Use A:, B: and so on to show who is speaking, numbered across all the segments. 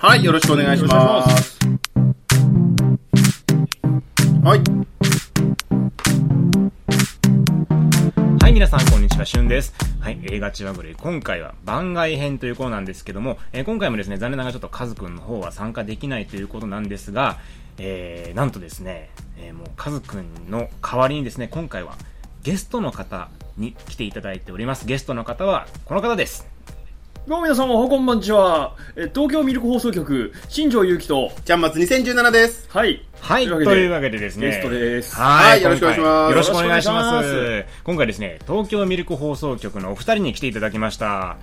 A: はい、よろしくお願いします。はい、
B: はい、皆さん、こんにちは、しゅんです。はい、映画チワぐれ、今回は番外編ということなんですけども、えー今回もですね、残念ながらちょっとカズくんの方は参加できないということなんですが、えー、なんとですね、えーもうカズくんの代わりにですね、今回はゲストの方に来ていただいております。ゲストの方は、この方です。
C: どうも皆さん、おはこんばんちは。えー東京ミルク放送局、新庄祐希と、
A: ちゃんまつ2017です。
C: はい。
B: はい、と
C: というわけで
B: いうわけでですね。
C: ゲストです
B: は
A: はい
B: い、
A: よろしくお願いします
B: 今回よろしくお願いしま
C: よろしくお
B: す。今回ですね、東京ミルク放送局のお二人に来ていただきました。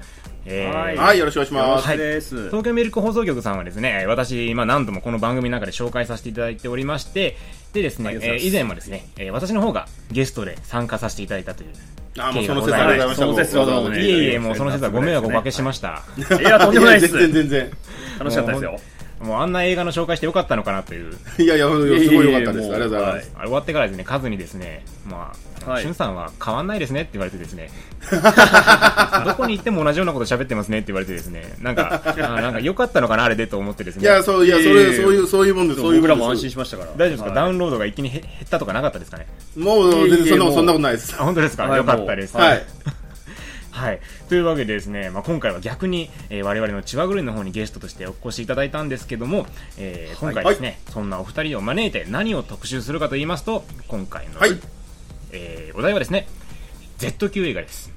B: えー
C: はい
A: はい、よろしくお願いします。
B: はい
C: です。
B: 東京ミルク放送局さんはですね、私、まあ、何度もこの番組の中で紹介させていただいておりまして、でですね、
C: ありがとう
B: え
C: ございます
B: ー以前もですね、えー私の方がゲストで参加させていただいたという。
A: あー、もうその説はありがとうございました。
C: その説はどうも
B: い
C: ね
B: えいえ、もうその説はご迷惑をおかけしました。
C: いや、とんでもないです。
A: 全然全然。
C: 楽しかったですよ。
B: もうあんな映画の紹介してよかったのかなという。
A: いやいや、すご
C: いえいえ
A: い良かったです。
C: も
A: ありが
C: う
A: とうございます。
B: あれ終わってからですね、カズにですね、まあ、
C: はい
B: しゅんさんは変わんないですねって言われてです ね、どこに行っても同じようなこと喋ってますねって言われてですね、なんか、あーなんか良かったのかな、あれでと思ってですね。
A: いや、そう、いや、そ
C: いえい
A: れ、
C: え
A: そういう、そういうもんです。そういうも
C: 僕ら
A: んです
C: も安心しましたから。
B: 大丈夫ですか、ダ
C: はい
B: ウンロードが一気にへ減ったとかなかったですかね
A: もう、全然そんなこと、
C: いえいえもう
A: そんなことないです。
B: あ本当ですか、
C: はい
B: よかったです。
C: もう
A: は
B: はいい。。はいというわけでですね、まあ、今回は逆に、えー我々の千葉グルの方にゲストとしてお越しいただいたんですけども、えー今回ですね、そんなお二人を招いて何を特集するかと言いますと、今回の、
A: はい。
B: えーお題はですね、Z 級映画です。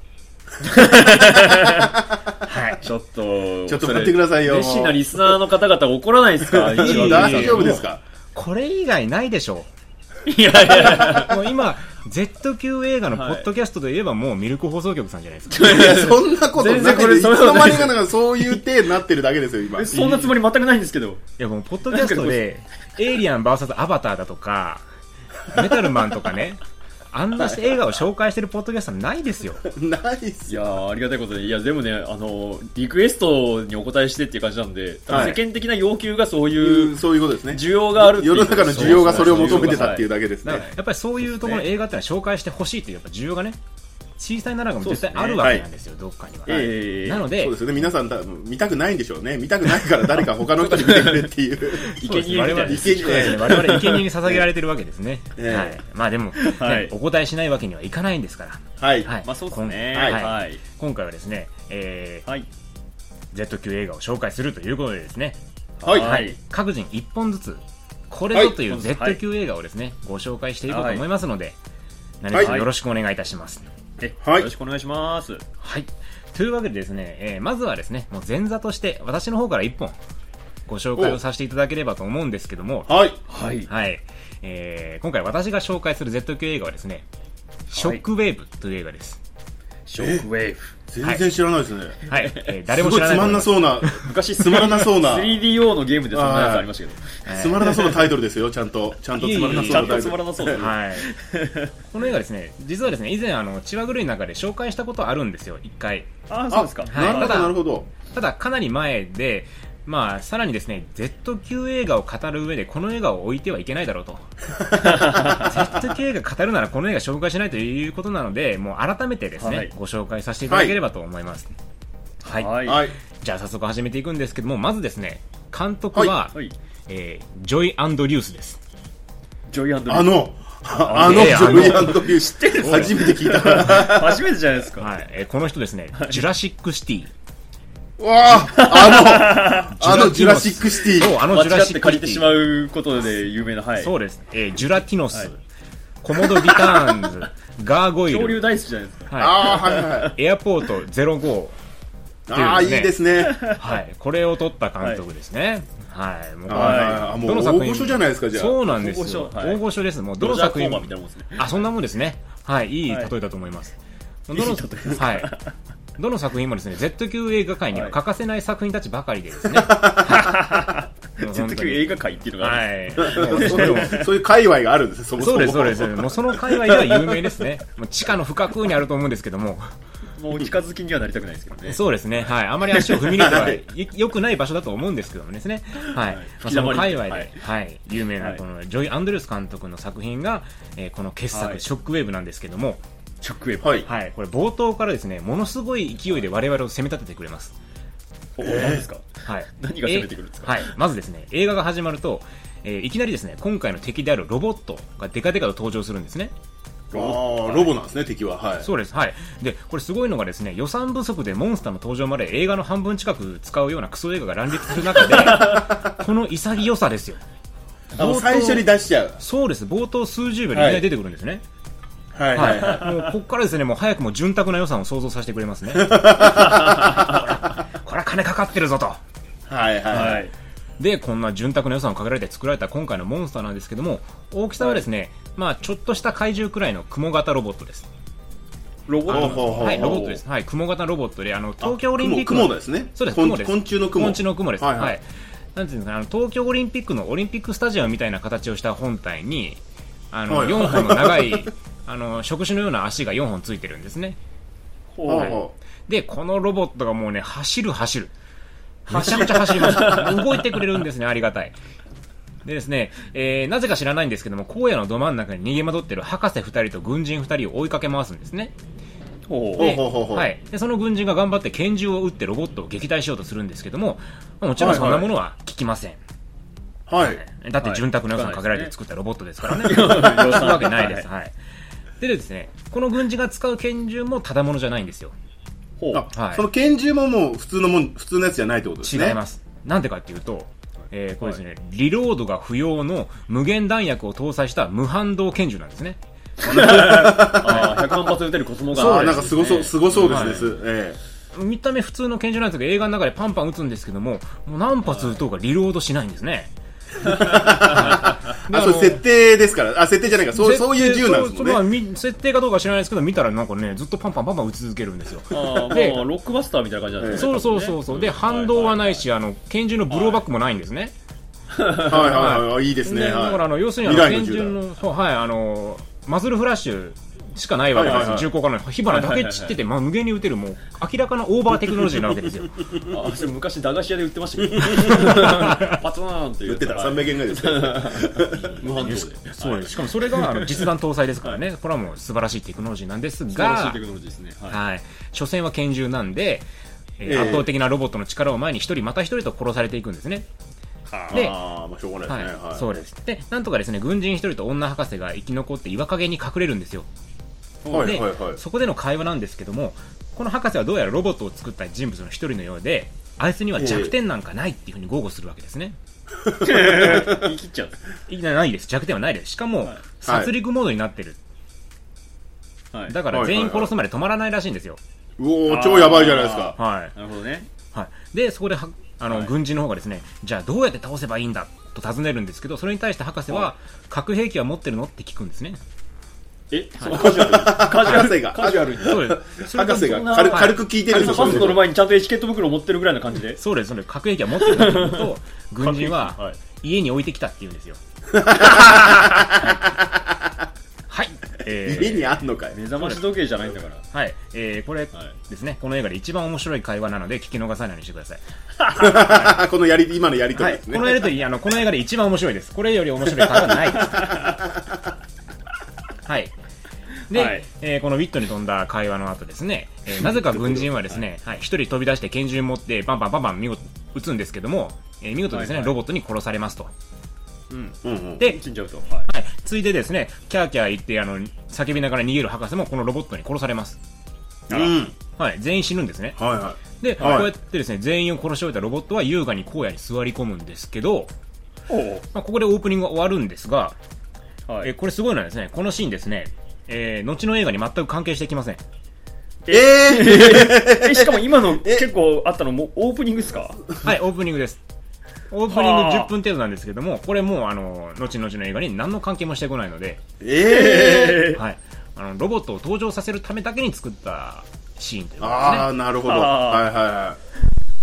B: はい。
C: ちょっと、
A: ちょっと待ってくださいよ
C: それ熱心なリスナーの方々怒らないですか
B: いえいえ
A: 大丈夫ですか
B: これ以外ないでしょ
C: いやいや、
B: う。もう今、Z 級映画のポ
C: はい
B: ッドキャストといえばもうミルク放送局さんじゃないですか。
A: いやそんなことない
C: 全然こ
A: で
C: れ
A: す。いつ
C: それ
A: の間にかなんかそういう体になってるだけですよ、今。
C: そんなつもり全くないんですけど。
B: いやもうポッドキャストで「エイリアン VS アバター」だとか「メタルマン」とかねあんな映画を紹介してるポッドキャストないですよ
A: ないっす
C: い
A: よ。
C: やーありがたいことで、いや、でもね、あの、リクエストにお答えしてっていう感じなんで、多分
A: はい
C: 世間的な要求がそう
A: う
C: い
A: ん
C: う
A: そういうことですね。
C: 需要があるってい
A: 世
C: う
A: の中の需要がそれを求めてたっていうだけです
B: だ
A: ね
B: から。やっぱりそういうところの映画ってのは紹介してほしいというやっぱ需要がね小さいならがも
C: そうで
B: 絶
C: すね
B: 対あるわけなんですよどっかには、
C: ええええ
B: なので
A: そうですよね。皆さん多分見たくないんでしょうね。見たくないから誰か他の人に見てくれっていう。
C: 意
B: そう
C: 見
B: です
C: に
B: ね我々
C: 入れた
A: 意見
B: は我
C: り
B: 々は生贄に捧げられてるわけです ね、
A: ええ
B: はい、まあでも、ね
C: はい
B: お答えしないわけにはいかないんですから、
A: はい。
B: はい
C: まあそうですね。
B: 今はい
C: はい。
B: 今回はですね、え
C: はい。
B: ー、Z 級映画を紹介するということでですね
A: はい
B: はい、各人1本ずつこれぞという
C: はい
B: Z 級映画をですね、ご紹介していこうと思いますので、何卒よろしくお願いいたします。
C: え
A: はい
C: よろしくお願いします。
B: はい、というわけでですね、えーまずはですねもう前座として私の方から1本ご紹介をさせていただければと思うんですけども、
A: はい。
C: はい。
B: はいえー今回私が紹介する Z 級映画はですね「ショックウェーブ」という映画です。
C: ショックウェーブ。
A: 全然知らないですね。
B: はい、えー
A: す
B: 誰も
A: ご
B: 知
A: い
B: ら
A: つ
B: ないと
A: まん
B: 思
A: な
B: います
A: そうな、
C: 昔
A: つまらな そうな
C: 3DO のゲームでそんなやつありましたけ
A: つまらなそうなタイトルですよ、ちゃんと。ちゃんとつまらなそう
C: ど。ちゃ
A: なんタ
C: と
A: イ
C: つ
A: ト
C: ま
A: ル
C: ら。なそうだね。
B: はい、この映画ですね実はですね以前あの血は狂いの中で紹介したことあるんですよ1回
C: ああ、そうですか。
B: はい
A: なるほ
B: た
A: ど、
B: だ
A: なるほど。
B: ただかなり前で、まあ、さらにですね Z 級映画を語る上でこの映画を置いてはいけないだろうと Z 級映画語るならこの映画紹介しないということなのでもう改めてですね、
C: はい
B: ご紹介させていただければと思います、はい
C: はい。は。
A: はいい。
B: じゃあ早速始めていくんですけどもまずですね監督は、えージョイ・アンド・リュースです
C: ジョイアンドリ
A: あ
C: ュー
A: の、あの、ジ
B: いやいや
A: ョイアンドビュー知って
C: る
A: 初めて聞いたから。
C: 初めてじゃないですか。
B: はい、えーこの人ですね、ジュラシックシ ティ。
A: うわああの、あのジュラシックシテ
B: そう、
A: ィ。
B: あの
C: 間
B: ジュラ
C: 違っ
B: シック
C: て借
B: シ
C: り
B: テ
C: て
B: ィ。
C: しまうことで有名な、はい。
B: そうです。えージュラティノス、
C: はい
B: コモドリターン ズ、ガーゴイル。
C: 恐竜大好きじゃないですか。
B: は
A: ああ、はいはいはい。
B: い、エアポート05、
A: ああ、いいですね。
B: はい、これを取った監督ですね。はい、もうこれ
A: ああ、もう大御所じゃないですか、じゃあ。
B: そうなんです
C: 大
B: よ
C: 御。所はい
B: 大御所です。もうど
C: ドロ
B: の
C: ジャーコ
B: 作
C: ー
B: 品
C: マー
B: も
C: みたいなもんですね。
B: あ、そんなもんですね。はい、いい
C: はい
B: 例えだと思います。ど
C: いい
B: の
C: 例えですか
B: はい。どの作品もですね、Z 級映画界には欠かせない作品たちばかりでですね。
C: 絶対映画界っていうのがあるんで
B: はい。
A: そういうそういう界隈があるんですねそもそ
B: そう
A: も。
B: です、そうです。もうその界隈では有名ですね。もう地下の深くにあると思うんですけども、
C: す。もう近づきにはなりたくないですけどね。
B: そうですね。はい。あまり足を踏み入 れてはよ良くない場所だと思うんですけどもですね。はい。まあ、
C: 吹き
B: そ
C: 溜
B: の
C: まり
B: 界隈で、
C: は
B: はいい、有名な
C: はい
B: このジョイ・アンドリュース監督の作品が、えーこの傑作、
C: はい
B: ショックウェーブなんですけども、
C: ショックウェーブ。
A: はい。
B: はい、これ冒頭からですね、ものすごい勢いで我々を攻め立ててくれます。
C: お、何ですか
B: はい、
C: 何が攻めてくるんですか
B: えはい、まずですね映画が始まると、えーいきなりですね今回の敵であるロボットがデカデカと登場するんですね
A: ああ、ロボなんですね、敵は。はい。
B: そうです、はい、でこれすごいのがですね予算不足でモンスターの登場まで映画の半分近く使うようなクソ映画が乱立する 中でこの潔さですよ
A: あもう最初に出しちゃう。
B: そうです冒頭数十秒でいきなり出てくるんですね、
A: はい
B: は
A: はいいはい。
B: もうここからですねもう早くも潤沢な予算を想像させてくれます ねこれは金かかってるぞと
A: はいはい。
C: はい。
B: でこんな潤沢な予算をかけられて作られた今回のモンスターなんですけども大きさはですね、まあ、ちょっとした怪獣くらいの雲型ロボットです、
C: ロボ
A: ほう
C: ット。
A: ほうほう
B: はい、ロボットです、はい、雲型ロボットであの東京オリンピッ
A: 雲
B: クの
A: 雲ですね。
B: そうです
A: 昆
B: 雲です
A: 昆虫の雲。
B: 昆虫の雲です、は
A: はいいはい
B: なんていうんですかねあの東京オリンピックのオリンピックスタジアムみたいな形をした本体にあの、
A: はい
B: 4本の長い あの触手のような足が4本ついてるんですね
C: ほ
A: ほう
C: うほ
A: ほう
B: でこのロボットがもうね走る走るめちゃめちゃ走りまし た動いてくれるんですねありがたいでですね、えーなぜか知らないんですけども荒野のど真ん中に逃げ惑ってる博士2人と軍人2人を追いかけ回すんですね
C: うほう
A: ほう
B: で
A: ほうほうほう
B: はい、でその軍人が頑張って拳銃を撃ってロボットを撃退しようとするんですけどもまあもちろんそんなものは効きません、
A: はい。
B: だって潤沢な予算かけられて作ったロボットですからね、そん
C: はい
B: なわけないです、はい、でですねこの軍人が使う拳銃もただものじゃないんですよ
C: ほう。
A: あ、
B: はい
A: その拳銃ももう普通のもん、普通のやつじゃないってことですね。
B: 違います、なんでかっていうと、えーこれですね、リロードが不要の無限弾薬を搭載した無反動拳銃なんですね
C: ああ、100万発撃てるコスモが。
A: あーなんかすごそう、すごそうですね。
B: はい
A: すえ
B: 見た目普通の拳銃なんですけど映画の中でパンパン撃つんですけどももう何発撃とうかリロードしないんです ね、
A: えあ、それ設定ですから。あ、設定じゃないか。そう、
B: 設定
A: そういう銃なんですもんね。
B: そ
A: は
B: うそうまあみ設定かどうか知らないですけど、見たらなんかね、ずっとパンパンパンパン打ち続けるんですよ。
C: ああ、
B: で
C: もうロックバスターみたいな感じなんですね。
B: そうそうそうそう。で、反動はないし、あの、拳銃のブローバックもないんですね。
A: いはいはいあ。いいですね。
B: でだから、あ
A: は
B: の、要するに、あの拳
A: 未来
B: 銃
A: の
B: の、そうはい、あの、マズルフラッシュしかないわけなんです
A: はい
B: よ。
A: はい
B: 銃口からの火花だけ散ってて、まあ無限に撃てる、もう、明らかなオーバーテクノロジーなわけですよ。
C: ああ、それ昔駄菓子屋で売ってましたけど。 パツーンって
A: い。売ってたら
C: はい
A: 300円ぐらいですけど。
C: 無反動で。
B: そうです。しかもそれが、あの、実弾搭載ですからね。これはもう素晴らしいテクノロジーなんです
C: 素晴らし
B: が
C: いテ、クノロジーですね。はい。
B: はい、所詮は拳銃なんで、えー
A: ええ
B: 圧倒的なロボットの力を前に一人また一人と殺されていくんですね。で
A: ああ、まあしょうがな
B: はいい、
A: ですね。はい。
B: そうです。で、なんとかですね、軍人一人と女博士が生き残って岩陰に隠れるんですよ。
A: はい
B: で、
A: はいはい。
B: そこでの会話なんですけども、この博士はどうやらロボットを作った人物の一人のようで、あいつには弱点なんかないっていうふうに豪語するわけですね。
C: 言い切っちゃう。
B: いやないです。弱点はないです。しかも、
C: はい
B: 殺戮モードになってる。
C: はい。
B: だから
A: はいはい
B: 全
A: はい
B: 員殺すまで止まらないらしいんですよ。
A: うおー超やばいじゃないですか。
B: はい。
C: なるほどね。
B: はい、でそこではあの、
C: はい
B: 軍人の方がですねじゃあどうやって倒せばいいんだと尋ねるんですけどそれに対して博士は、
C: は
B: 核兵器は持ってるのって聞くんですね
C: え、そのカジュアルに。カジュアル
A: 博士
C: に。
A: が
C: カジュアルに。
B: そうです
A: 博士
C: そん
A: が
C: な
A: 軽
B: はい
A: 軽く聞いてるん
C: あ
A: で
C: の
A: すよ
C: バス
A: そ
C: 乗
A: れ
C: る
A: で
C: 前にちゃんとエチケット袋持ってるぐらいな感じで。
B: そうですそうです核兵器は持ってるんだけど軍人
C: は
B: はい家に置いてきたって言うんですよはい、えー
A: 家にあんのかい。
C: 目覚まし時計じゃないんだから。
B: はい、えーこれ
C: はい
B: ですね、この映画で一番面白い会話なので聞き逃さないようにしてください
A: このやり、今のやりと
B: は
A: り
B: い、
A: です
B: こ
A: ね。
B: のやりとり、あの、この映画で一番面白いです。これより面白い方はないです。はい。で、
C: はい
B: えーこのウィットに飛んだ会話の後ですね、えーなぜか軍人はですね、はい、一人飛び出して拳銃持って、バンバンバンバン見事撃つんですけども、えー見事ですね、
C: はいはい
B: ロボットに殺されますと。は
C: うん。
A: うんうん
B: で
C: 死んじゃうと。はい。
B: い。ついでですね、キャーキャー言って、あの、叫びながら逃げる博士もこのロボットに殺されます。
A: うん。
B: はい。全員死ぬんですね。
A: はいは
B: で、
A: はい
B: こうやってですね、全員を殺し終えたロボットは優雅に荒野に座り込むんですけど、
C: お
B: まあ、ここでオープニングが終わるんですが、
C: お。は
B: えー
C: い。
B: これすごいのはですね、このシーンですね、えー後の映画に全く関係してき ません。
A: い。え
C: え、しかも今の結構あったのもオープニングですか
B: はい、オープニングです。オープニング
C: はあ
B: 10分程度なんですけども、これもう、あの、後々の映画に何の関係もしてこないので、
A: ー、えー、
B: はい、あの、ロボットを登場させるためだけに作ったシーンということです
A: あ
B: ね。
A: あ、なるほど。はい
C: あ
A: は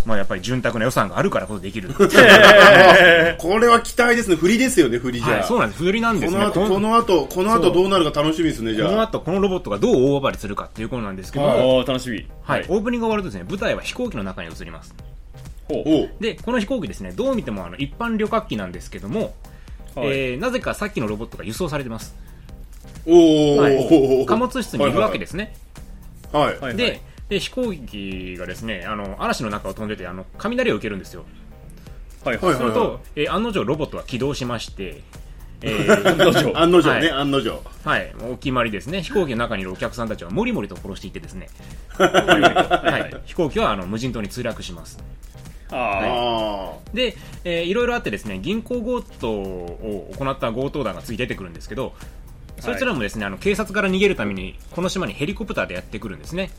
B: まあ、やっぱり潤沢な予算があるからこそできる。
A: いはい。これは期待ですね。振りですよね、振りじゃ。
B: はい、そうなんです。振りなんで
A: こ
B: す
A: の
B: ね。
A: 後、こ
B: この
A: の後、この
B: そ
A: 後
B: う
A: どうなるか楽しみですね、じ
B: この
A: ゃあ。
B: 後、このロボットがどう大暴れするかっていうことなんですけども、
C: おお楽しみ。
B: はい、。オープニングが終わるとですね、舞台は飛行機の中に移ります。
C: ほう。
A: おう
B: で、この飛行機ですね、どう見てもあの一般旅客機なんですけども、
C: はい
B: えーなぜかさっきのロボットが輸送されてます、
A: おお。
B: 貨物室にいるわけですすね、
A: はい。
C: はい
B: でで飛行機がですねあの嵐の中を飛んでてあの雷を受けるんですよ
C: はい
A: はい
B: す
A: はい
B: る
A: は
B: と、えー案の定ロボットは起動しまして、えー
C: 案の定
A: い。案の定ね、
B: は
A: 案の定。
B: はい、もうお決まりですね、飛行機の中にいるお客さんたちはもりもりと殺していってですね、はい、飛行機はあの無人島に墜落します。
C: あ
A: あ
B: で、えーいろいろあってですね、銀行強盗を行った強盗団が次出てくるんですけど、そいつらもですね、あの警察から逃げるために、この島にヘリコプターでやってくるんですね。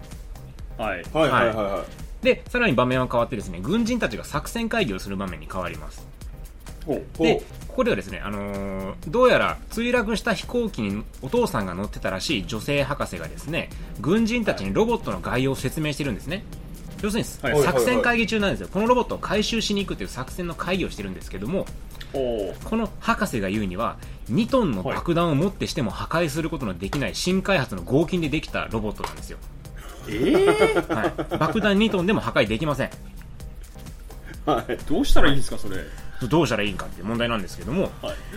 C: あはい
A: あ。はいはいはいはい。
B: で、さらに場面は変わってですね、軍人たちが作戦会議をする場面に変わります。
A: ほう
B: で、ここではですね、あのーどうやら墜落した飛行機にお父さんが乗ってたらしい女性博士がですね、軍人たちにロボットの概要を説明してるんですね。要する
C: は
B: に
C: い
B: 作戦会議中なんですよ。このロボットを回収しに行くという作戦の会議をしてるんですけども、
C: おお
B: この博士が言うには2トンの爆弾を持ってしても破壊することのできない新開発の合金でできたロボットなんですよ、
A: ええ
B: はい、爆弾2トンでも破壊できません
A: はい。
C: どうしたらいいんですかそれ
B: どうしたらいいんかっていう問題なんですけども、
C: はい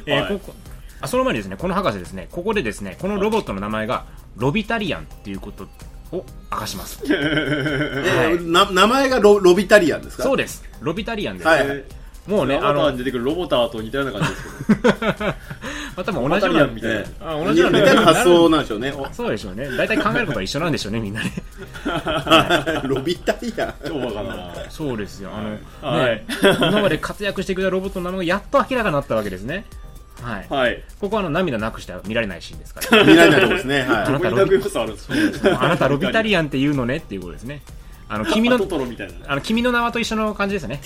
B: えー
C: はい
B: ここあその前にですねこの博士ですねここでですねこのロボットの名前がロビタリアンっていうことを明かします
A: えーな名前がロロビタリアンですか
B: そう
A: で
B: ですロビタリアンです、
A: はい
C: え
B: もう
C: ー
B: ね
C: ラ
B: あ
C: バタ
B: の
C: ーに出てくるロボターと似たような感じですけど
B: まあ多分同
C: バ
B: じ
C: タ
B: よう
C: リア
B: な
C: ンみたい
A: え
C: な
B: あ
A: え
B: 同じよう
A: み
B: な
A: たいな発想なんでしょうね。お
B: そうでしょうね大体考えることは一緒なんでしょうねみんなね
A: ロビタリアン。
C: 超バカだな
B: そうですよ、あの、
C: はい
B: ね、今まで活躍してくれたロボットの名前がやっと明らかになったわけですね。はい。
C: はい
B: ここはあの涙なくしては見られないシーンですから。
A: 見られないとこですね。
B: あ
A: は。
B: ないた
C: どこに抱く要素あるんですか
B: あなたロビタ
C: ア
B: リアンって言うのねっていうことですね。あの、君の
C: ト、トロみたいな
B: あの、君の名はと一緒の感じです ね。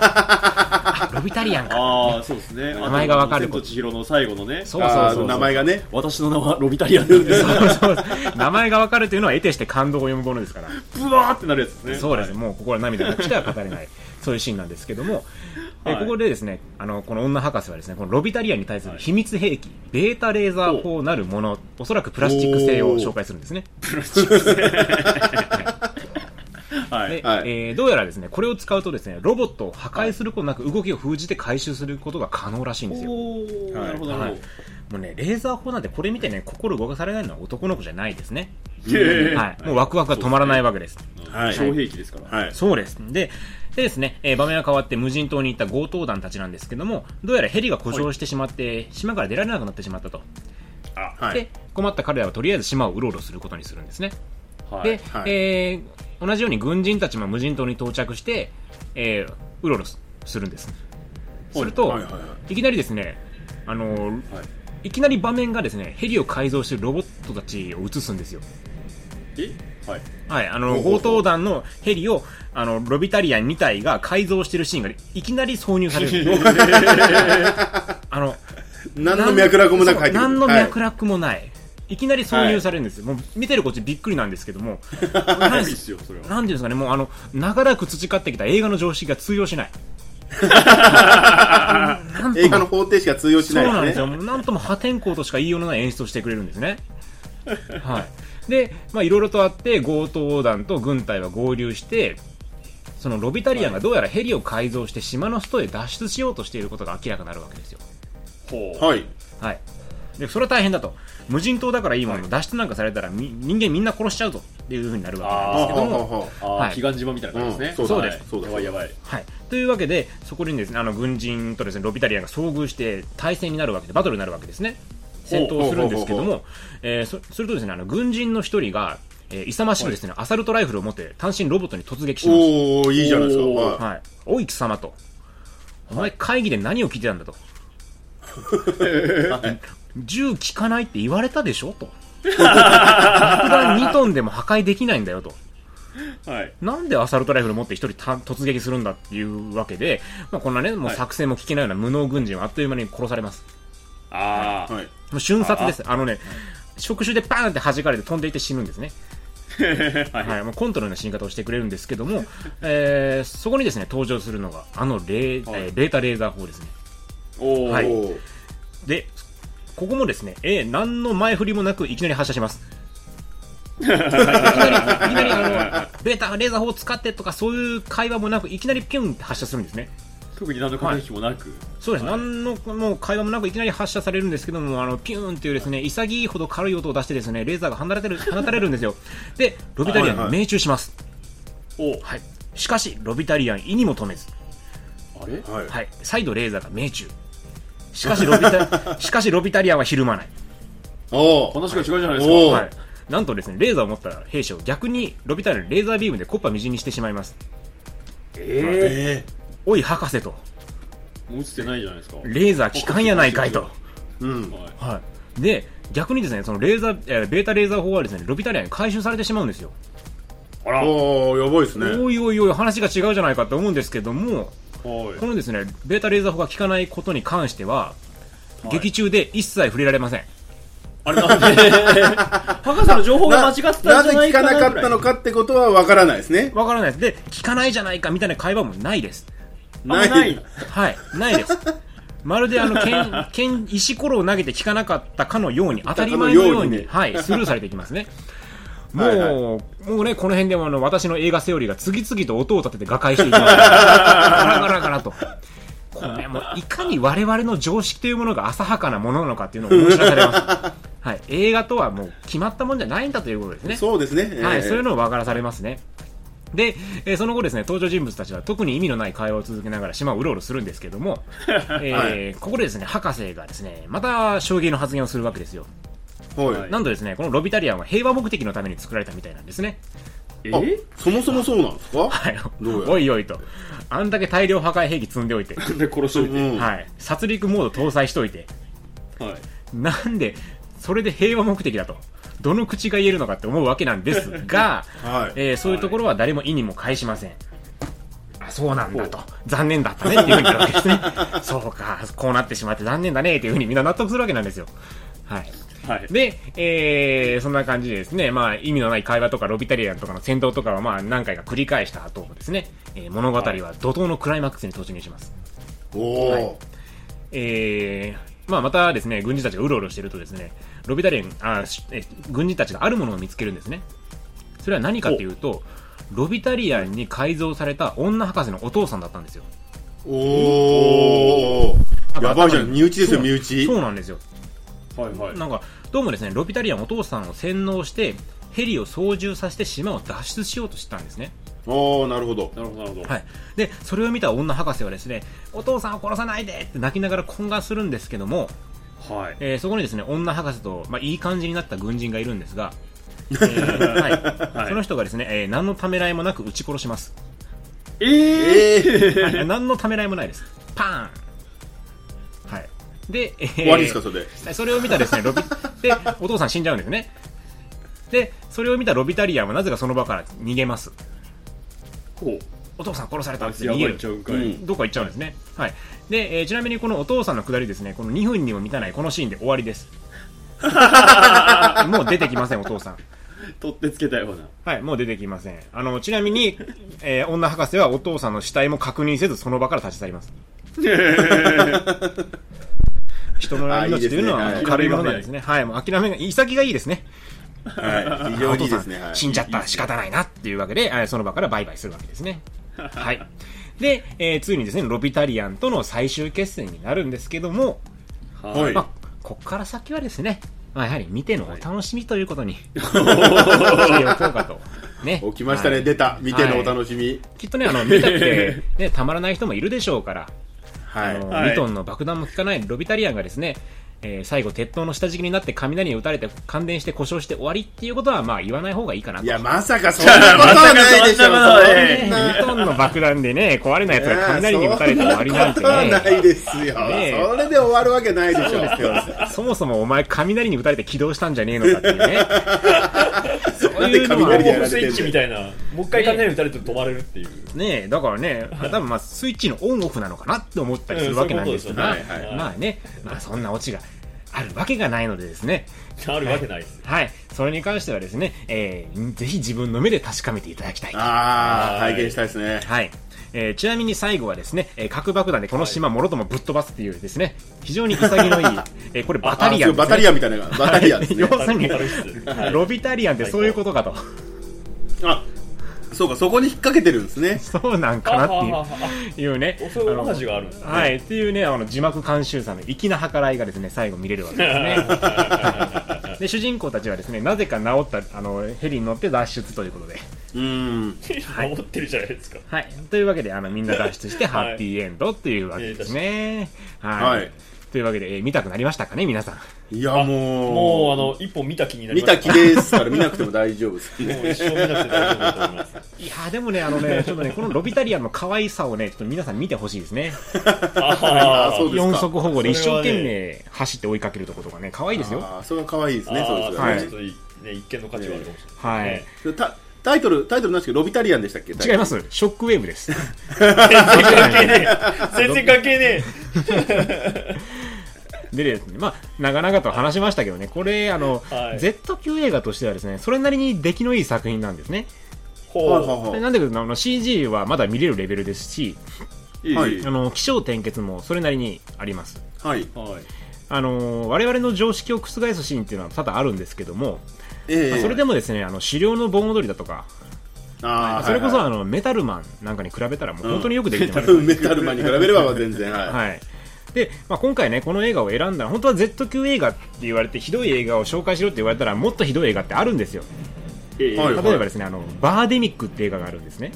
B: あロビタリアンか。
C: ああそうですね
B: 名前がわかる
C: あと千尋の最後のね
B: そうそ
A: あ
B: うそ
A: ー
B: う。
A: 名前がね。
C: 私の名はロビタリアンです
B: そうそうそう 名前がわかるというのは得てして感動を読むものですから。
C: ブワーってなるやつですね
B: そうです、もうここは涙なくしては語れない、そういうシーンなんですけども、え
C: はい
B: ここでですねあのこの女博士はですねこのロビタリアンに対する秘密兵器、ベータレーザー砲なるもの、おそらくプラスチック製を紹介するんですね、
C: はい
B: で
A: はい
B: えーどうやらですねこれを使うとですねロボットを破壊することなく、動きを封じて回収することが可能らしいんですよ。も
C: おー
A: はい
C: なるほどなるほ
B: うね、レーザー砲なんてこれ見てね心動かされないのは男の子じゃないですね、
C: どへー
B: はい、もうワクワクが止まらないわけです、
A: は
C: 小
A: い。
C: 兵器ですから
A: はい。
B: そうです。で、でですね、えー場面は変わって無人島に行った強盗団たちなんですけども、どうやらヘリが故障してしまって、島から出られなくなってしまったと。
A: はい。
B: で、困った彼らはとりあえず島をうろうろすることにするんですね。
C: はい
B: で、
A: はい
B: えー同じように軍人たちも無人島に到着して、えーうろうろすするんです。すると、、
A: はいはいはい
B: きなりですね、あのーいきなり場面がですね、ヘリを改造してるロボットたちを映すんですよ。
C: えはい
B: はい、あ
A: ほ
B: の、
A: うほうほ
B: 強
A: う
B: 盗団のヘリを、あの、ロビタリアン2体が改造してるシーンがいきなり挿入される。 あの、
A: 何の脈絡もなく入ってくる。
B: そう何の
A: はい
B: 脈絡もない。いきなり挿入されるんですよ。もう見てるこっちびっくりなんですけ ども。なん
C: いいっすよそれは
B: なんていうんですかね、もうあの、長らく培ってきた映画の常識が通用 しない。なんとも
A: 映画の方程式が通用し
B: そ
A: な
B: う
A: い
B: なん
A: で
B: です
A: す
B: よ。
A: ね。
B: もうなんとも破天荒としか言いようのない演出をしてくれるんです ね。はい。で、まあいろいろとあって、強盗団と軍隊は合流して、そのロビタリアンがどうやらヘリを改造して島の外へ脱出しようとしていることが明らかになるわけですよ。
C: ほう
A: はい。
B: はい。で、それは大変だと。無人島だからいいものの、脱出なんかされたらみ人間みんな殺しちゃうとっていうふうになるわけなんです
A: あ
B: け
A: ー
B: ど
A: ほうほう
B: も、
A: ほ
C: あー
B: はい
C: 彼岸島みたいな感じですね、
A: うんそう
B: だ
A: そうだ
C: やばいやばい
B: はい、というわけで、そこにですねあの軍人とですねロビタリアンが遭遇して対戦になるわけで、バトルになるわけですね、戦闘するんですけど
A: ほう
B: も、えーそするとですねあの軍人の一人が、えー勇ましくですねアサルトライフルを持って単身ロボットに突撃し
A: う
B: ま
A: おー、いいじゃないですか。
C: おー
A: はい
B: す、はい、おい貴様と、お前、会議で何を聞いてたんだと、 銃聞かないって言われたでしょと、爆弾2トンでも破壊できないんだよと。
C: はい
B: なんでアサルトライフル持って一人た突撃するんだっていうわけで、まあ、こんなね、もう
C: はい
B: 作戦も聞けないような無能軍人はあっという間に殺されます。
C: ああ、
A: はい。
B: もう瞬殺です。あのね、触手でバーンって弾かれて飛んでいって死ぬんですね。
C: はい
B: はい、もうコントロールの死に方をしてくれるんですけども、えーそこにですね、登場するのが、あのレー、
C: はい
B: えーベータレーザー砲ですね。
C: おお、
B: はい
A: おー
B: で、ここもですね、えー何の前振りもなくいきなり発射します。いきなりあの、ベータレーザー砲を使ってとかそういう会話もなく、いきなりピュンって発射するんですね。
C: 特に何の駆け引きもなく、
B: そうです、何のもう会話もなくいきなり発射されるんですけども、あのピューンというですね潔いほど軽い音を出して、ですねレーザーが放たれてる放たれるんですよ、でロビタリアン
A: はいは
B: に
A: い
B: 命中します、
C: お
B: はいしかし、ロビタリアン、意にも止めず、
C: お、あれ
A: はい
B: はい、再度レーザーが命中しかしロビ タしかしロビタリアはひるまない、
A: おー
C: 話が違うじゃないです
A: おう
B: はい、なんとですねレーザーを持った兵士を逆にロビタリアのレーザービームでコッパみじんにしてしまいます
C: か。え
A: え
B: おい博士と
C: えもう映ってないじゃないですか。
B: レーザー機関やないかいと、
A: ーうん
C: はい
B: はい、で逆にですねそのレーザー、えーベータレーザー砲はですねロビタリアに回収されてしまうんですよ、
C: あら。はい。
A: おーやばいですね
B: おいおいおい話が違うじゃないかと思うんですけどもこ
C: は
B: のですねベータレーザー砲が効かないことに関しては、
C: い
B: 劇中で一切触れられません
C: あれなんで博士の情報が間違ってたんじゃ
A: なぜ
C: ない
A: 聞
C: か
A: か
C: な
A: な
C: ぐらい
A: かったのかってことはわからないですね
B: わからないですで聞かないじゃないかみたいな会話もないです
C: あない。
B: はい、ないです。まるであの剣剣石ころを投げて効かなかったかのように当たり前のように
A: かのようにね
B: はい、スルーされていきますね。もう、
A: はいはい
B: もうね、この辺でもあの、私の映画セオリーが次々と音を立てて瓦解していきます。ガラガラガラと。これもいかに我々の常識というものが浅はかなものなのかっていうのを思い知らされます。はい、映画とはもう決まったもんじゃないんだということですね。
A: そうですね
B: はい、
A: えー
B: そういうのを分からされますね。で、えーその後ですね、登場人物たちは特に意味のない会話を続けながら島をうろうろするんですけ ども、えー
A: はい
B: ここでですね、博士がですね、また将棋の発言をするわけですよ。
A: はい
B: なんとですね、このロビタリアンは平和目的のために作られたみたいなんですね。
C: え
A: あそもそもそうなんですか
B: はい。
A: どうやら
B: おいおいと。あんだけ大量破壊兵器積んでおいて、
C: で殺しといて。
A: うん
B: はい。殺戮モード搭載しておいて、
C: はい。
B: なんで、それで平和目的だと。どの口が言えるのかって思うわけなんですが、
A: はい
B: えーそういうところは誰も意にも介しません。あ、そうなんだと。残念だったねっていうふうに言うわけです ね。そうか、こうなってしまって残念だねっていうふうにみんな納得するわけなんですよ。はい。
C: はい。
B: で、えーそんな感じでですね、まあ、意味のない会話とかロビタリアンとかの戦闘とかはまあ、何回か繰り返した後もですね、えー物語は怒涛のクライマックスに突入します。
A: お
B: は
A: ー
B: いえーまあ、またですね、軍人たちがうろうろしているとですね、ロビタリアン、あしえ軍人たちがあるものを見つけるんですね。それは何かというと、ロビタリアンに改造された女博士のお父さんだったんですよ。
A: お
B: な
A: ー
B: んか
A: やばいじゃん身内ですよ
B: そう
A: 身内
B: そうなんですよ。
C: はいはい。
B: なんか、どうもですね、ロビタリアンお父さんを洗脳して、ヘリを操縦させて島を脱出しようとしたんですね。
A: おーなるほど
C: なるほどなるほど。
B: はい。で、それを見た女博士はですね、お父さんを殺さないでって泣きながら懇願するんですけども、
C: はい。
B: えーそこにですね女博士と、まあ、いい感じになった軍人がいる んですが、えーはい
C: はい
B: その人がですね、えー何のためらいもなく撃ち殺します、
C: えー
A: えー
B: はい、何のためらいもないですパーン、はい、で、えー
A: 終わりですかそれで
B: それを見たですねロビ でお父さん死んじゃうんですねでそれを見たロビタリアンはなぜかその場から逃げます
C: ほう。
B: お父さん殺されたっ
C: あい
B: て
C: つや
B: 逃
C: ば
B: げ
C: い
B: る
C: ちゃうんか
A: う
C: い
A: ん。
B: どっか行っちゃうんですね、はいでえーちなみにこのお父さんの下りですねこの2分にも満たないこのシーンで終わりです もう出てきませんお父さん
C: 取ってつけたような。
B: はい、もう出てきません。あの、ちなみに、えー女博士はお父さんの死体も確認せず、その場から立ち去ります。人の
A: あいい
B: 命
A: ですね
B: というのは
A: はい
B: 軽いものなんですね。はい、もう諦めが、潔がいいですね。
A: はい非常にいいですね
B: お父さん
A: はい
B: 死んじゃった、仕方ないなっていうわけで、えーその場からバイバイするわけですね。はい。で、えーついにですね、ロビタリアンとの最終決戦になるんですけども、
A: は
C: はい
B: まあ、こっから先はですね、まあ、やはり見てのお楽しみということに、しておこう かと。ね。
A: 起きました
B: は
A: ね
B: い
A: 出た見てのお楽しみ
B: きっとね、あの、見たくて、ね、たまらない人もいるでしょうから、
A: は
B: あの、
A: い
C: はい
B: ミトンの爆弾も効かないロビタリアンがですね、えー最後、鉄塔の下敷きになって雷に打たれて、感電して故障して終わりっていうことは、まあ、言わない方がいいかなと。
A: いやまさかそんなことはないでしょ
C: まさかそんなことはない
B: ねミトンの爆弾でね、壊れないやつが雷に打たれて終わりなん
A: そ
B: て
A: んなことはない
B: ね。
A: ですよ。
B: ねえ
A: それで終わるわけないでしょ。
B: そもそもお前、雷に打たれて起動したんじゃねえのかっていうね。そういうの
A: なんで
B: は
A: 雷や
C: オフスイッチみたいな。もう一回雷打たれて止まれるっていう。
B: ねえ、だからね、多分まあスイッチのオンオフなのかなって思ったりするわけなんですが、
C: うんそういうことですよねはいはい
B: まあね、まあそんなオチがあるわけがないのでですね、
C: あるわけないです。
B: はい、それに関してはですね、えー、ぜひ自分の目で確かめていただきたい。は
A: ああ、
C: はい
A: 拝見したいですね。
B: い。えーちなみに最後はですね、えー核爆弾でこの島もろともぶっ飛ばすっていうですね、非常に 潔い、えーこれバタリア
A: あすご
B: ンです、ね。
A: いバタリアンみたいなのがバタリアンですね
B: 要。するに
C: バタリアンです、
B: ロビタリアンってそういうことかと。
A: あ、そうか、そこに引っ掛けてるんですね。
B: そうなんかなっていう、いうね。
C: おそういうお話があるんですね
B: はい、っていうね、あの字幕監修さんの粋な計らいがですね、最後見れるわけですね。 で、主人公たちはですね、なぜか治った、あの、ヘリに乗って脱出ということで。
A: うん。
B: はい
D: 守ってるじゃないですか。
B: はい。というわけで、あの、みんな脱出して、ハ
D: はい
B: ッピーエンドっていうわけですね。はい。
A: はい
B: というわけで、えー見たくなりましたかね、皆さん。
A: いや、もう、
D: もう、あの、一本見た気になり
A: 見
D: ました
A: 気ですから見なくても大丈夫ですね。
D: たもう一生見なくて大丈夫だと思います。
B: いやーでもね、あの ね、ちょっとね、このロビタリアンの可愛さをね、ちょっと皆さん見てほしいですね。
D: あ
A: ー
D: あ、
A: そうですか
B: 四足歩行で一
D: それ
B: 生
D: はね
B: 懸命走って追いかけるとことかね、可愛いですよ。
A: あーそれは可愛いですね、そうですよ
D: は
A: ね
D: い。ちょっといいね、一見の価値はあるかもし
B: はい。
A: たタイトル、タイトルなんですけど、ロビタリアンでしたっけ
B: 違います。ショックウェーブです。
D: れない。全然関係ねえ。
B: でですね、まあ、長々と話しましたけどね、これ、あの、
D: はい
B: Z 級映画としてはですね、それなりに出来のいい作品なんですね。
D: ほう。
A: はいはいはい
B: なんだけど、あの、CG はまだ見れるレベルですし、
A: はい
B: あの、気象転結もそれなりにあります。
A: はい。
D: はい。
B: あの、我々の常識を覆すシーンっていうのは多々あるんですけども、
A: え
B: まあそれでもですね、あの、狩猟の盆踊りだとか、
A: あー
B: それこそ
A: はい
B: あの、メタルマンなんかに比べたらもう本当によくできてます、
A: はいメタルマンに比べれば全然、はい。
B: はい。で、まあ、今回ね、この映画を選んだの本当は Z 級映画って言われて、ひどい映画を紹介しろって言われたら、もっとひどい映画ってあるんですよ。
D: ええ
A: はい
B: 例えばですね、あの、バーデミックって映画があるんですね。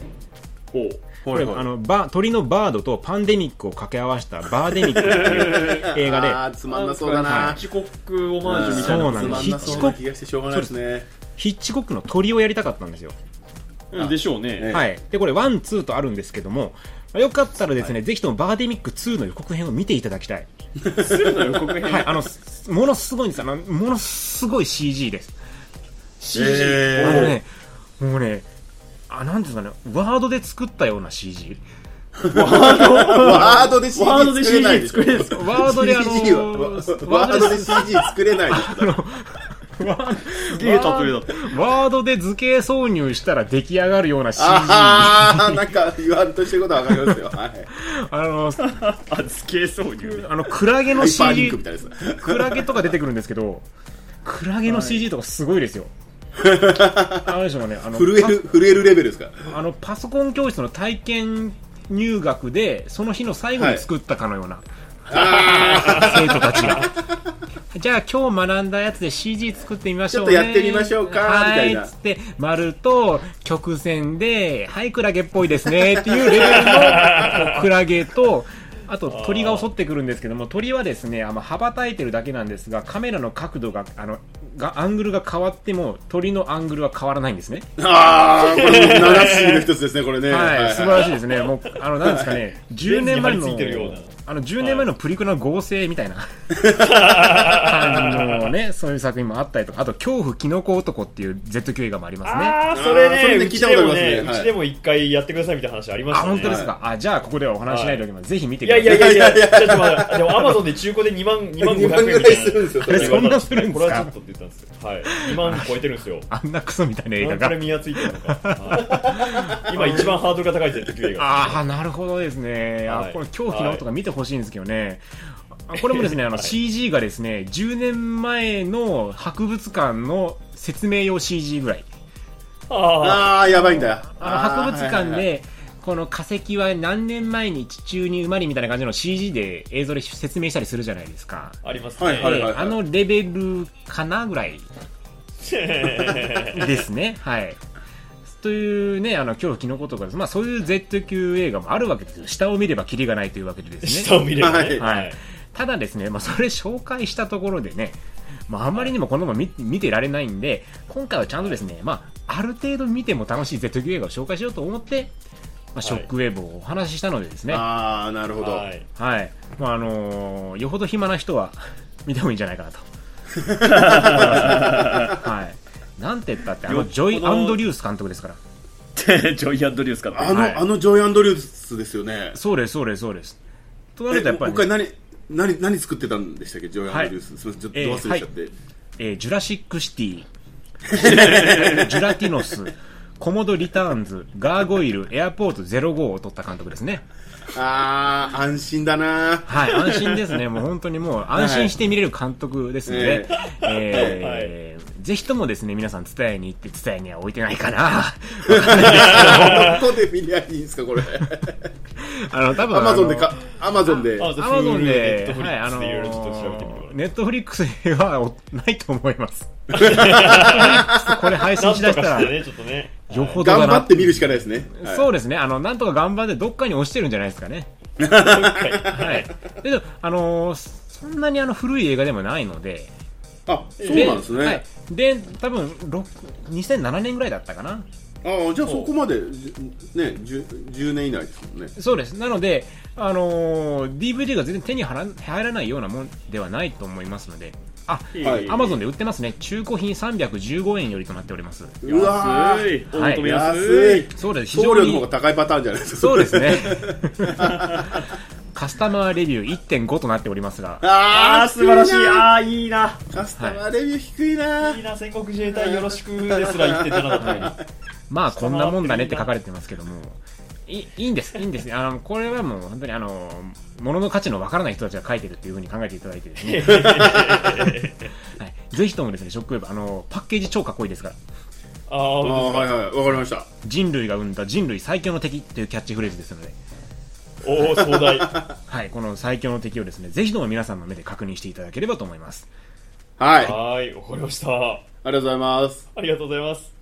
D: ほう。
B: これ、あの、バ鳥のバードとパンデミックを掛け合わせたバーデミックっていう映 画で、
A: あーつまんなそうだ
C: なんか
A: な。
C: ヒッチコックオマージュみたい
B: そ
C: な
B: うな
A: つ
B: んで
A: ますんなそうな気がしてしょうがないですね。
B: ヒッチコックの鳥をやりたかったんですよ。
C: うんでしょうね
A: ね
B: はい。で、これ、ワン、ツーとあるんですけども、まあよかったらですね、ぜひともバーデミック2の予告編を見ていただきたい。はい、あの、すものすごいんですあの、ものすごい CG です。
A: え
B: あ
A: ー
B: のね、もうね、あ、なんていうんですかね、ワードで作ったような CG。
A: ワードで CG
C: ワードで
A: 作れないで
C: CG
A: しょ
C: 作れるんですか
B: ワード であの
A: CG はワ
B: ワ
A: ー
B: ー
A: ド
B: ド
A: で
B: で
A: CG 作れないでしょ
C: すげえ例えだった
B: ワードで図形挿入したら出来上がるような CG。あ
A: ああ、なんか言わんとしてることはわかりますよ。はい。
B: の、
C: あつけそういう
B: あの、クラゲ
A: ハ
B: の
A: イパーリンク
B: CG
A: み、たいです。
B: クラゲとか出てくるんですけど、クラゲの CG とかすごいですよ。あのでしょうね、あの、
A: 震える、震えるレベルですか。
B: あのパソコン教室の体験入学でその日の最後に作ったかのような、生徒たちがじゃあ今日学んだやつで CG 作ってみましょうね
A: ちょっとやってみましょうか
B: は
A: みたいな
B: っつって丸と曲線ではいクラゲっぽいですねっていうレベルのこうクラゲとあと鳥が襲ってくるんですけども鳥はですねあの羽ばたいてるだけなんですがカメラの角度があのがアングルが変わっても鳥のアングルは変わらないんですね
A: ああ、これ、七不思議の一つですね、これね。
B: はい、素晴らしいですね。もう、あの、なんですかね、10年前
D: レンズに張り付いてるよう
B: の
D: な、
B: あの、10年前のプリクラの合成 みたいな、あのね、そういう作品もあったりとか、あと、恐怖キノコ男っていう Z 級映画もありますね。あ、
D: ああ、それ
A: あーそれ
D: ね、
A: ね
D: うちでもね
A: 聞いたことあり、
D: う
A: ますねはい
D: ちでも一回やってくださいみたいな話ありましたね。
B: 本当ですか。あ、じゃあ、ここではお話しないでおきます。ぜひ見て
D: い
B: くだ
D: や
B: さい。
D: いやいやいや、ちょっと待って、でもアマゾンで中古で2万、2万500
A: 2万
D: 円
A: ぐ
D: み
A: ら
D: た
A: い
D: いな。
A: するんですよ。それ
B: えそんなするんですか
D: これはちょっとって言ったんですよ。はい。2万超えてるんですよ。
B: あんなクソみたいな映
D: な
B: 画
D: んか
B: が
D: れ。見やついてるのか。はい今一番ハードルが高い Z 級映画。
B: ああ、なるほどですね。
D: は
B: あ
D: い
B: これ、恐怖の音が見てほしいんですけどね。あこれもですね、あの CG がですね、10年前の博物館の説明用 CG ぐらい。
D: あ
A: ああ、やばいんだよ。
B: あの博
A: あ
B: 物
A: ー
B: 館
A: はいはいはい
B: で、この化石は何年前に地中に埋まりみたいな感じの CG で映像で説明したりするじゃないですか。
D: あ、あります
A: は
D: ね
A: い。はいはい
B: あのレベルかなぐらいで すね。はい。というね、あの、今日、キノコとかです。まあ、そういう Z 級映画もあるわけですよ。下を見ればキリがないというわけでです
D: 下
B: ね。
D: を見ればね。
A: はい
B: はい。ただですね、まあ、それ紹介したところでね、まあ、あんまりにもこのまま見見てられないんで、今回はちゃんとですね、まあ、ある程度見ても楽しい Z 級映画を紹介しようと思って、まあ、ショックウェーブをお話ししたのでですね、は
A: ああ、なるほど。
D: はい。
B: い。まあ、あのーよほど暇な人は 見てもいいんじゃないかな と。はい。なんて言ったって、あの、ジョイ・アンドリュース監督ですから。
C: ジョイアンドリュースか
A: あの、
B: はい
A: あのジョイ・アンドリュースですよね。
B: そうです、そうです、そうです。とな
A: え、
B: ると、や
A: も
B: っぱ
A: う
B: り
A: 一
B: ね、
A: 回何、何、何作ってたんでしたっけ、ジョイ・アンドリュース。すみません、ちょっと忘れちゃって。
B: えージュラシックシティ、 ジュラティノス、コモドリターンズ、ガーゴイル、エアポート05を取った監督ですね。
A: ああ、安心だ な。
B: はい、安心ですね。もう本当にもう安心して見れる監督ですので、えーぜひともですね、皆さん伝えに行って伝 えには置いてないかな。
A: どこで見りゃいいんですか、これ。
B: あの、多分
A: アマゾンでか、アマゾンで。
D: あ
B: アマゾンで、
D: Hulu
B: はい、あ
D: Netflix
B: の
D: でいろいろちょっと調べてみてもらう
B: ネットフリックスはおないと思い ます。ちょっとこれ配
D: な
B: 信
D: ん
B: し
D: と
B: だ
D: か
B: したら
D: して、ね、ちょっとね。
B: よほどだ
A: 頑張
B: な
A: って見るしかないですね。はい
B: そうですね、あの、なんとか頑張ってどっかに落ちてるんじゃないですかね。はい。で、でもあのーそんなにあの古い映画でもないので、
A: あ、そうなんですね。
B: はい、で、多分、ろく2007年ぐらいだったかな。
A: ああ、じゃあそこまで、じゅね、10, 10年以内ですもんね。
B: そうです。なので、あのー DVD が全然手に入ら入らないようなもんではないと思いますので、あ、
A: はい
B: アマゾンで売ってますね。中古品315円よりとなっております。
A: うわ
D: 安い。お
B: はい
D: 求めやす
A: 安
D: い。
A: い。
B: そうです。非
A: 送
B: 常
A: 料の方が
B: に。
A: 高いパターンじゃないですか。
B: そうですね。 カスタマーレビュー1.5となっておりますが、
A: あ
D: あ
A: あ、
D: あ、
A: 素
D: 素
A: 晴
D: 晴
A: ら
D: ら
A: し
D: し
A: い
D: い。
A: な。
D: ああ、いいな。
A: カスタマーレビュー低いない
D: い。な、戦国自衛隊よろしくですら言ってたなかった。
B: まあこんなもんだねって書かれてますけども、いいいんです、いいんです。あの、これはもう本当にあの、物の価値のわからない人たちが書いてるっていうふうに考えていただいてですね。はい、ぜひともですね、ショックウェーブ、あの、パッケージ超かっこいいですから。
D: ああ、
A: ああ、
D: 本当
A: は
D: で
A: いはい。わかりました。
B: 人類が生んだ人類最強の敵っていうキャッチフレーズですので、
D: すかおお、壮大。
B: はい、この最強の敵をですね、ぜひとも皆さんの目で確認していただければと思います。
A: はい。ありが
D: はーい、わかりました。あ
A: とうございます。
D: りがとうございます。